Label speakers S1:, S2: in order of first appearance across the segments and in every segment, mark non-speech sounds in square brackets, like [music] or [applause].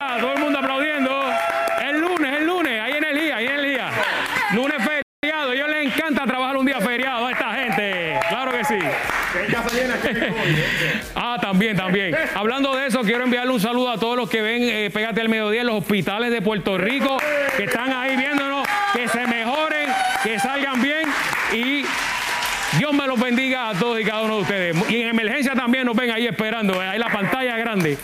S1: Ah, Todo el mundo aplaudiendo. El lunes, el lunes, ahí en el día, ahí en el día. Lunes feriado, a ellos les encanta trabajar un día feriado a esta gente. Claro que sí. [laughs] Ah, también, también. Hablando de eso, quiero enviarle un saludo a todos los que ven eh, Pégate al Mediodía en los hospitales de Puerto Rico, que están ahí viéndonos, que se mejoren, que salgan bien y Dios me los bendiga a todos y cada uno de ustedes. Y en emergencia también nos ven ahí esperando, eh, ahí la pantalla grande.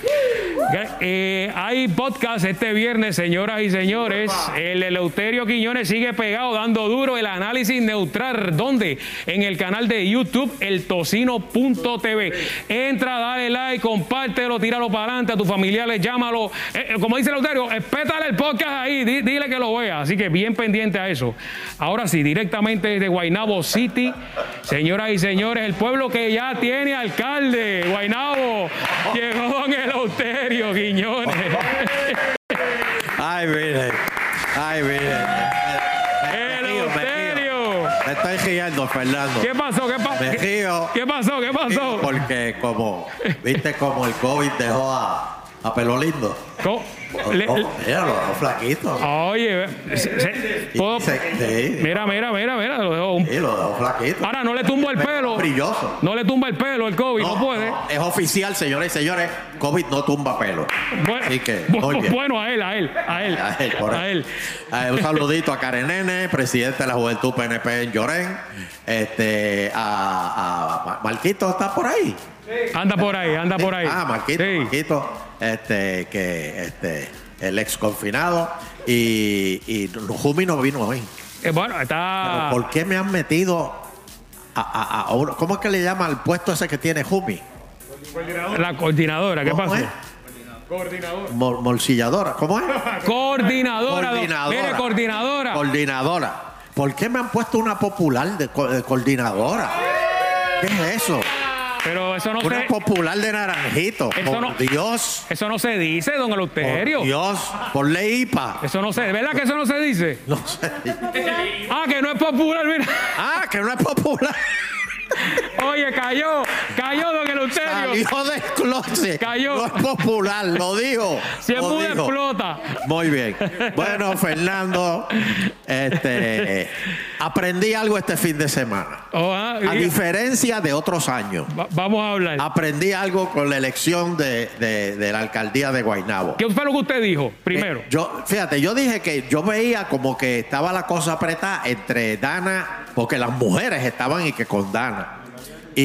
S1: Gra- eh, hay podcast este viernes, señoras y señores. El Eleuterio Quiñones sigue pegado, dando duro el análisis neutral. ¿Dónde? En el canal de YouTube, eltocino.tv. Entra, dale like, compártelo, tíralo para adelante a tus familiares, llámalo. Eh, eh, como dice Eleuterio, espétale el podcast ahí, di- dile que lo vea. Así que bien pendiente a eso. Ahora sí, directamente desde Guaynabo City, señoras y señores, el pueblo que ya tiene alcalde, Guaynabo, llegó don Eleuterio Quiñones.
S2: Ay, mire. Ay, mire. Me río, me río.
S1: Eleuterio.
S2: Me estoy riendo, Fernando.
S1: ¿Qué pasó? ¿Qué pasó?
S2: Me río.
S1: ¿Qué pasó? ¿Qué pasó?
S2: Porque como, viste como el COVID dejó a, a pelo lindo.
S1: ¿Cómo? Le-
S2: Oh,
S1: le-
S2: mira, lo dejó flaquito.
S1: Oye, se- se-
S2: Y
S1: puedo-
S2: se- sí,
S1: mira, mira, mira, mira, lo dejo un-
S2: sí, lo dejó flaquito.
S1: oh, Ahora no le tumbo el pelo.
S2: Brilloso.
S1: No le tumba el pelo el COVID, no, puede.
S2: no, es oficial, señores y señores. COVID no tumba pelo.
S1: Bueno,
S2: Así que,
S1: bu-
S2: muy bien.
S1: bueno, a él, a él, a él,
S2: A él, por
S1: a él.
S2: Eh, un saludito a Karen Nene, presidente de la Juventud PNP en Llorén. Este, a, a Ma- Marquito está por ahí.
S1: Anda por ahí, anda por ahí.
S2: Ah, Marquito,
S1: Sí.
S2: Marquito, este, que este, el ex confinado y, y Jumi no vino hoy.
S1: Eh, bueno,
S2: Pero
S1: está.
S2: ¿Por qué me han metido a, a- a uno? ¿Cómo es que le llama al puesto ese que tiene Jumi?
S1: La coordinadora, ¿qué
S2: ¿Cómo
S1: pasó?
S2: es? Mor- morcilladora, ¿cómo es?
S1: Coordinadora. do- Mire, coordinadora.
S2: Coordinadora. ¿Por qué me han puesto una popular de, co- de coordinadora? ¿Qué es eso?
S1: Pero eso no
S2: Una
S1: se.
S2: popular de naranjito.
S1: Eso
S2: Por
S1: no-
S2: Dios.
S1: Eso no se dice, don
S2: Por
S1: Eleuterio.
S2: Dios. Por ley IPA.
S1: Eso no se. ¿Verdad que eso no se dice?
S2: No sé.
S1: Ah, que no es popular, mira. [laughs]
S2: Ah, que no es popular.
S1: Oye, cayó, cayó don Eleuterio.
S2: Salió del closet.
S1: Cayó.
S2: No es popular, lo dijo.
S1: Si es
S2: lo
S1: muda,
S2: dijo.
S1: explota.
S2: Muy bien. Bueno, Fernando, este,
S1: [laughs]
S2: aprendí algo este fin de semana.
S1: Oh, ah,
S2: A
S1: y-
S2: diferencia de otros años,
S1: va- vamos a
S2: Ah,
S1: hablar.
S2: aprendí algo con la elección de, de- de la alcaldía de Guaynabo.
S1: ¿Qué fue lo que usted dijo primero?
S2: Eh, yo, fíjate, yo dije que yo veía como que estaba la cosa apretada entre Dana, porque las mujeres estaban y que con Dana. Y,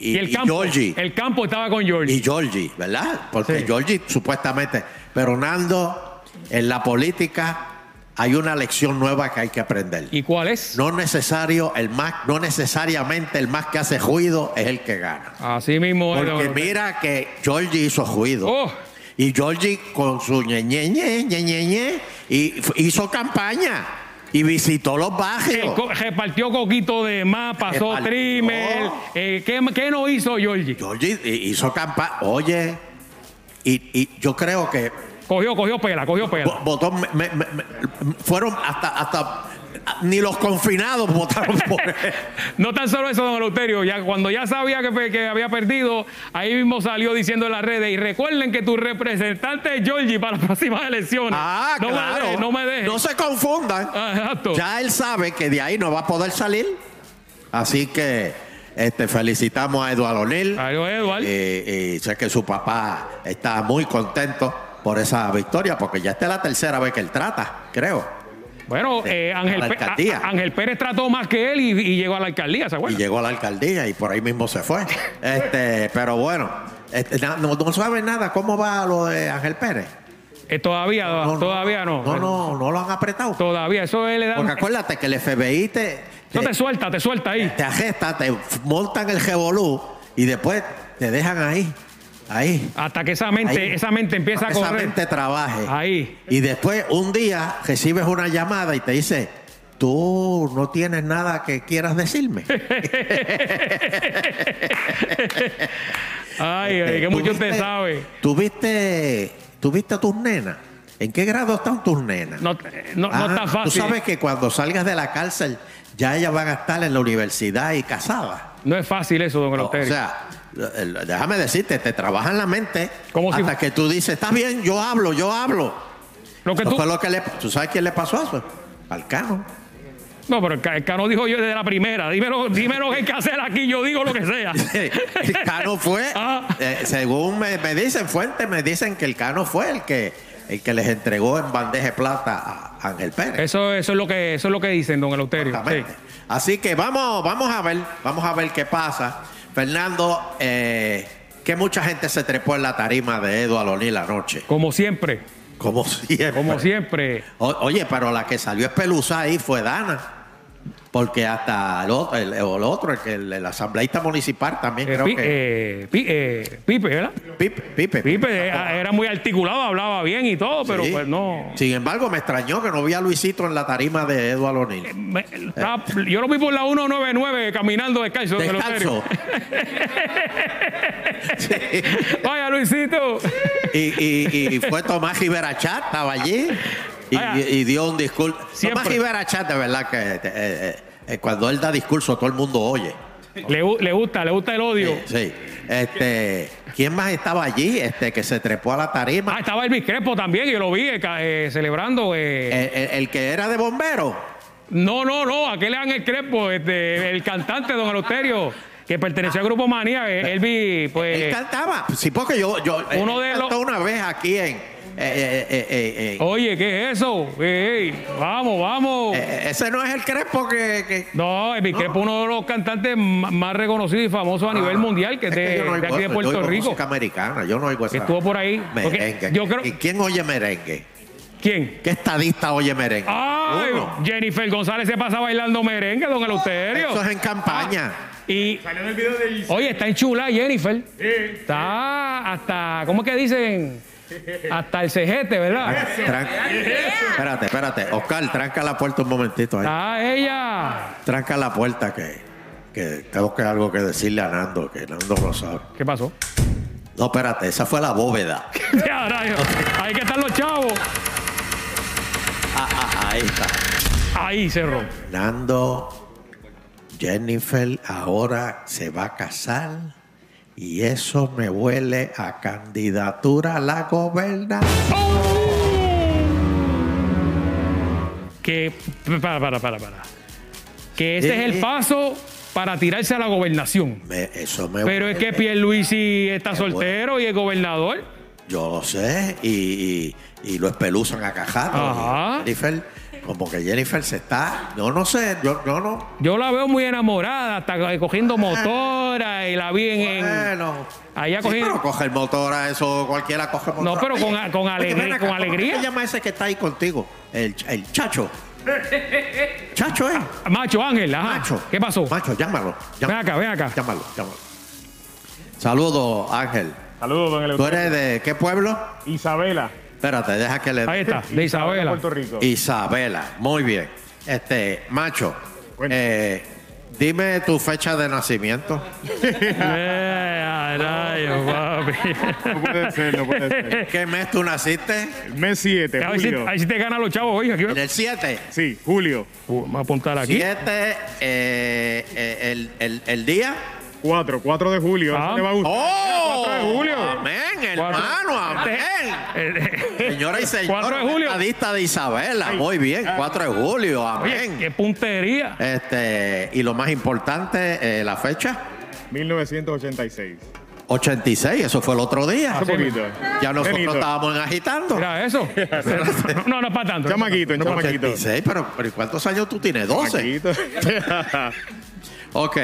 S2: y, y-
S1: y el
S2: y
S1: campo.
S2: Georgie.
S1: El campo estaba con Georgie.
S2: Y Georgie, ¿verdad? Porque
S1: Sí.
S2: Georgie supuestamente. Pero Nando, en la política hay una lección nueva que hay que aprender.
S1: ¿Y cuál es?
S2: No necesario el más, no necesariamente el más que hace ruido es el que gana.
S1: Así mismo. es, don
S2: Porque
S1: Eleuterio.
S2: mira que Georgie hizo ruido.
S1: Oh.
S2: Y Georgie con su ñe, ñe, ñe, ñe, ñe, ñe, y f- hizo campaña y visitó los
S1: El
S2: barrios.
S1: co- repartió coquito de más, pasó
S2: Repartió.
S1: trimel. Eh, ¿qué, qué no hizo Georgie?
S2: Georgie i- hizo campaña. Oye, y- y yo creo que
S1: Cogió, cogió pela, cogió pela.
S2: Vo- votó- me- me- me- me- fueron hasta, hasta ah, ni los confinados [laughs] votaron por él.
S1: No tan solo eso, don Eleuterio. Ya, cuando ya sabía que, fe- que había perdido, ahí mismo salió diciendo en las redes. Y recuerden que tu representante es Georgie para [laughs] las próximas elecciones.
S2: Ah,
S1: [laughs] no
S2: claro.
S1: Me dejes, no me dejes.
S2: No se confundan.
S1: Ah, Exacto.
S2: Ya él sabe que de ahí no va a poder salir. Así que este, felicitamos a Eduardo O'Neill.
S1: Claro, Eduardo.
S2: Eh, eh, sé que su papá está muy contento por esa victoria, porque ya esta es la tercera vez que él trata, creo.
S1: Bueno, eh,
S2: a
S1: Ángel,
S2: la
S1: Pe-
S2: alcaldía.
S1: a- Ángel Pérez trató más que él y, y llegó a la alcaldía, ¿se
S2: Y
S1: acuerda?
S2: llegó a la alcaldía y por ahí mismo
S1: [laughs]
S2: se fue. Este, pero bueno, este, na- no, no sabe nada cómo va lo de Ángel Pérez.
S1: Eh, todavía,
S2: No,
S1: todavía no.
S2: No, no, no lo han apretado.
S1: Todavía, eso es le da.
S2: Porque acuérdate que el FBI te,
S1: No te
S2: te,
S1: suelta, te suelta ahí.
S2: te arresta, te f- montan el revolú y después te dejan ahí. Ahí.
S1: Hasta que esa mente,
S2: ahí.
S1: esa mente empieza a
S2: Para que
S1: correr. Ah,
S2: Esa mente trabaje.
S1: Ahí.
S2: Y después un día recibes una llamada y te dice, tú no tienes nada que
S1: [laughs]
S2: quieras decirme.
S1: Ay, ay, que
S2: ¿Tú
S1: mucho
S2: viste-
S1: usted sabe.
S2: ¿Tú viste, tú viste a tus nenas? ¿En qué grado están tus nenas?
S1: No, no, no
S2: Ah,
S1: está fácil.
S2: Tú sabes que cuando salgas de la cárcel ya ellas van a estar en la universidad y casadas.
S1: No es fácil eso, don
S2: O
S1: Eleuterio.
S2: sea, eh, déjame decirte, te trabajan la mente
S1: Como si-
S2: hasta que tú dices, está bien, yo hablo, yo hablo.
S1: Lo que
S2: Eso
S1: tú,
S2: fue lo que le, ¿Tú sabes quién le pasó eso? Al cano.
S1: no, pero el Ca- el Cano dijo yo desde la primera. Dímelo, dímelo qué hay que hacer aquí, yo digo lo que
S2: [laughs]
S1: sea.
S2: el Cano fue,
S1: Ah.
S2: eh, según me, me dicen fuentes, me dicen que el Cano fue el que el que les entregó en bandeja de plata a Ángel Pérez.
S1: Eso, eso es lo que, eso es lo que dicen, don Eleuterio. Sí.
S2: Exactamente. Así que vamos, vamos a ver, vamos a ver qué pasa. Fernando, eh, que mucha gente se trepó en la tarima de Eduardo O'Neill anoche.
S1: Como siempre,
S2: Como siempre.
S1: como siempre.
S2: O- oye, pero la que salió espeluza ahí fue Dana. Porque hasta el otro, el, el otro, el, que- el- el asambleísta municipal también
S1: Eh,
S2: creo
S1: Pi-
S2: que.
S1: eh, Pi- eh, Pipe, ¿verdad?
S2: Pipe, Pipe.
S1: Pipe eh, era muy articulado, hablaba bien y todo, pero
S2: Sí.
S1: pues no.
S2: Sin embargo, me extrañó que no vi a Luisito en la tarima de Eduardo O'Neill.
S1: Me- estaba- yo lo vi por la 199 caminando descalzo. don Eleuterio.
S2: Descalzo. [laughs] Sí.
S1: Vaya, Luisito.
S2: Y, y- y fue Tomás Rivera Chat, estaba allí y,
S1: Ah,
S2: y- y dio un discurso. Tomás
S1: Siempre.
S2: Rivera Chat, de verdad que eh, eh, eh, cuando él da discurso todo el mundo oye.
S1: Le, gu- le gusta, le gusta el odio.
S2: Sí, sí. Este, ¿Quién más estaba allí este, que se trepó a la tarima?
S1: Ah, estaba el Biscrepo también, yo lo vi eh, ca- eh, celebrando. eh.
S2: El, el- el que era de bombero.
S1: No, no, no, aquel es el Crespo, este, el cantante, don Eleuterio, que perteneció al grupo Manía. eh, Elvi, pues.
S2: él cantaba. Sí, porque yo, yo eh, él
S1: uno de
S2: cantó una vez aquí en... eh, eh, eh, eh, eh,
S1: Oye, ¿qué es eso? Ey, ey, vamos, vamos.
S2: eh, ese no es el Crespo que... que-
S1: No, Elvis Crespo uno de los cantantes ma- más reconocidos y famosos a nivel mundial, que es
S2: Ah. Es que
S1: de,
S2: yo no
S1: de
S2: oigo
S1: aquí de
S2: eso, yo
S1: Puerto
S2: oigo
S1: Rico.
S2: música americana, yo no oigo esa...
S1: Que estuvo por ahí. Porque
S2: Merengue.
S1: yo creo-
S2: ¿Y quién oye merengue?
S1: ¿Quién?
S2: ¿Qué estadista oye merengue?
S1: ¡Ay!
S2: Uno.
S1: Jennifer González se pasa bailando merengue, don Eleuterio.
S2: Eso es en campaña.
S1: Y,
S3: Salió en el video del...
S1: oye, está en chula Jennifer. Está hasta, ¿cómo es que dicen? Hasta el cejete, ¿verdad?
S2: Tran- Espérate, espérate. Oscar, tranca la puerta un momentito ahí.
S1: Está ella.
S2: Tranca la puerta que, que tengo que algo que decirle a Nando, que Nando lo sabe.
S1: ¿Qué pasó? [laughs]
S2: No, espérate, esa fue la bóveda.
S1: Ya, rayo. Ahí que están los chavos.
S2: Ah, ah, ahí está.
S1: Ahí cerró.
S2: Nando, Jennifer ahora se va a casar y eso me huele a candidatura a la gobernación.
S1: Que, para, para, para, para. Que ese es el paso para tirarse a la gobernación.
S2: Me- eso me
S1: Pero es que
S2: huele.
S1: Pierluisi está soltero y el gobernador.
S2: Yo lo sé y, y- y lo espeluzan a cajado.
S1: Ajá.
S2: Jennifer, como que Jennifer se está. Yo no sé, yo, yo no.
S1: Yo la veo muy enamorada, hasta cogiendo motora y la vi en. en-
S2: Bueno.
S1: allá
S2: Sí,
S1: cogiendo.
S2: pero coge el motor a eso, cualquiera coge el motor.
S1: No, pero con- con alegría-
S2: ven
S1: con
S2: ¿cómo es que
S1: alegría.
S2: se llama ese que está ahí contigo? El, ch- el chacho. chacho, ¿eh?
S1: Macho Ángel, ajá.
S2: Macho.
S1: Ah, ¿Qué pasó?
S2: Macho, llámalo.
S1: Ven
S2: llámalo
S1: acá, ven acá.
S2: Llámalo, llámalo. Saludos, Ángel.
S3: Saludos, don
S2: ¿Tú
S3: Eleuterio.
S2: eres de qué pueblo?
S3: Isabela,
S2: Espérate, deja que le...
S1: Ahí está, de Isabela.
S3: Puerto Rico.
S2: Isabela, muy bien. Este, macho, eh, dime tu fecha de nacimiento.
S1: Eh, a rayos, papi.
S3: No puede ser, no puede ser.
S2: ¿Qué mes tú naciste?
S3: El [laughs] mes
S1: [laughs]
S3: 7,
S1: A ver si,
S3: julio.
S1: a ver si te ganan los chavos hoy. Aquí,
S2: En el 7.
S3: Sí, julio
S1: Uh, vamos a apuntar aquí.
S2: 7, eh, eh, el, el, el día.
S3: 4, 4 de julio.
S1: Ah.
S3: Eso le va a gustar.
S2: ¡Oh!
S1: 4 de julio.
S2: Amén,
S1: Cuatro-
S2: hermano, amén.
S1: Eh,
S2: Señora y señor,
S1: 4 de julio. Ah.
S2: estadista de Isabela, muy bien, 4 de julio,
S1: Oye,
S2: amén.
S1: qué puntería.
S2: Este, y lo más importante, eh, la fecha,
S3: Oh. 1986.
S2: 86, eso fue el otro día.
S3: Hace poquito.
S2: Ya nosotros
S3: Ah, Benito.
S2: estábamos en agitando.
S1: Mira eso. No, no es para tanto.
S3: Chamaquito, en chamaquito.
S2: 86, pero, pero ¿y ¿cuántos años tú tienes? 12.
S3: Chamaquito. [laughs]
S2: Ok.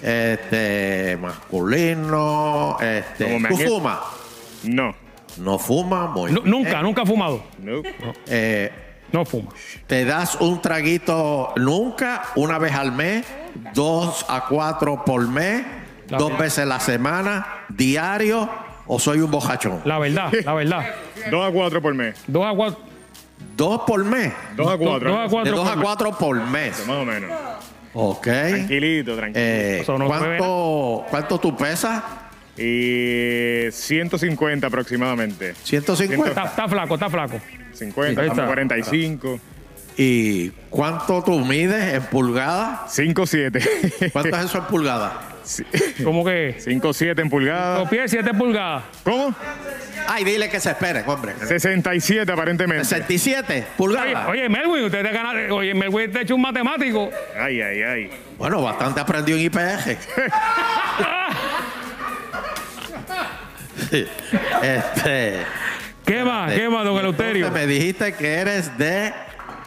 S2: Este, masculino, este,
S3: Como me
S2: ¿tú
S3: han-
S2: fumas?
S3: no.
S2: No fuma, muy
S1: Nu- Nunca, nunca ha fumado.
S3: No.
S2: Eh,
S1: No fuma.
S2: te das un traguito nunca, una vez al mes, dos a cuatro por mes,
S1: La
S2: dos
S1: verdad.
S2: veces la semana, diario, o soy un bojachón.
S1: La verdad, la verdad.
S3: 2 a 4 por mes.
S1: Dos a cuatro.
S2: Dos por mes,
S3: 2 a
S1: Dos
S3: 4.
S1: dos a
S2: de
S1: cuatro.
S2: dos a
S1: con-
S2: cuatro por mes.
S3: Más o menos.
S2: Ok.
S3: Tranquilito, tranquilo.
S2: Eh,
S1: Eso no
S2: ¿cuánto, ¿Cuánto tú pesas?
S3: Y 150 aproximadamente.
S2: 150.
S1: Está, está flaco, está flaco.
S3: 50,
S1: Ahí está.
S3: 45.
S2: ¿Y cuánto tú mides en pulgadas?
S3: 5, 7. [laughs]
S2: ¿Cuánto es eso en pulgadas?
S1: ¿Cómo que?
S3: 5 7 en
S1: Los
S3: pulgadas.
S1: pies, 7 pulgadas.
S3: ¿Cómo?
S2: Ay, dile que se espere, hombre.
S3: 67 aparentemente.
S2: 67
S1: Oye,
S2: pulgadas.
S1: oye, Melwin, usted te gana- Oye, Melwin te ha hecho un matemático.
S3: Ay, ay, ay.
S2: Bueno, bastante aprendió en
S1: [laughs]
S2: IPS. este,
S1: ¿Qué más? ¿Qué más, don Eleuterio?
S2: entonces me dijiste que eres de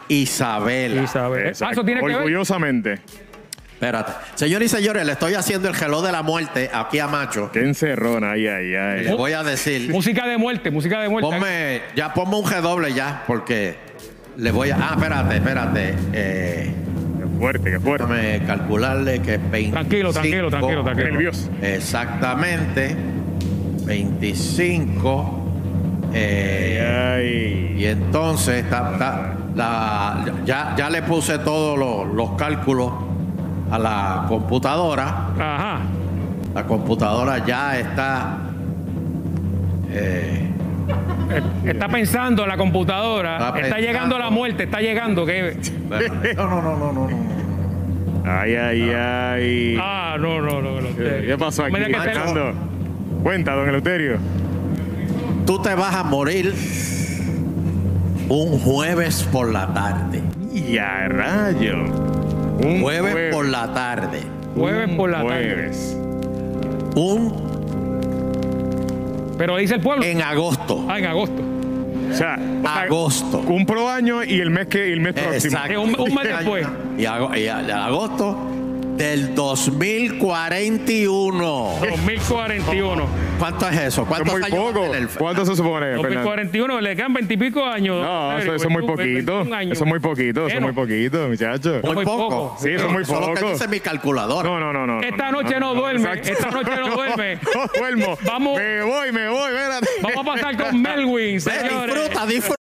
S2: Isabela.
S1: Isabel. Ah,
S3: Exacto.
S1: eso tiene que ver.
S3: Orgullosamente.
S2: Espérate. Señores y señores, le estoy haciendo el geló de la muerte aquí a Macho.
S3: Qué encerrona, ay, ay,
S2: Le
S3: ay.
S2: voy a decir.
S1: Música de muerte, música de muerte.
S2: Ponme, ya ponme un G ya, porque le voy a. Ah, espérate, espérate. Eh,
S3: Qué fuerte, qué fuerte.
S2: déjame calcularle que es 25.
S1: Tranquilo, tranquilo, tranquilo, tranquilo.
S3: Nervioso.
S2: Exactamente. 25.
S3: Ay,
S2: eh,
S3: ay.
S2: y entonces ta- ta- la- ya, ya le puse todos los- los cálculos a la computadora.
S1: Ajá.
S2: La computadora ya está. eh,
S1: Está pensando la computadora.
S2: Está
S1: Está,
S2: pensando.
S1: llegando la muerte, está llegando. que
S2: bueno, no, no, no, no, no, no.
S3: Ay, ay, ay.
S1: Ah, no, no, no. no.
S3: Eh, ¿Qué pasó aquí?
S1: Mira que te-
S3: Fernando? Cuenta, don Eleuterio.
S2: Tú te vas a morir un jueves por la tarde.
S3: Ya, rayo. Un
S2: Jueves, por la tarde.
S1: Jueves por la tarde.
S3: Jueves.
S2: Un
S1: Pero dice el pueblo.
S3: Eh.
S2: en agosto.
S1: Ah, en
S3: [laughs]
S1: agosto.
S3: O sea,
S2: Agosto.
S3: Cumplo año y el mes que y el mes próximo.
S1: Eh, un- un
S2: [laughs]
S1: mes después.
S2: Y, ago- y a- y agosto del 2041.
S1: 2041.
S2: ¿Cuánto es eso?
S3: Eso
S2: ¿Cuántos
S3: es muy
S2: años
S3: poco.
S2: tiene el-
S3: ¿Cuánto se supone, Fernando?
S1: 2041, le quedan veintipico años.
S3: No, eso,
S1: Pero,
S3: eso es muy
S1: 21,
S3: poquito.
S1: 21 años.
S3: Eso es muy poquito, eso es muy
S1: Bueno,
S3: poquito, muchachos.
S1: Muy
S2: Muy
S1: poco.
S2: poco.
S3: Sí, eso es muy
S2: Eso es lo que
S3: poco.
S2: dice mi calculadora.
S3: No, no, no, no.
S1: Esta noche no duerme, esta noche
S3: [laughs]
S1: no duerme.
S3: No duermo.
S1: Vamos.
S3: Me voy, me voy, espérate. [laughs]
S1: Vamos a pasar con Melwin,
S2: Ve,
S1: señores.
S2: disfruta, disfruta.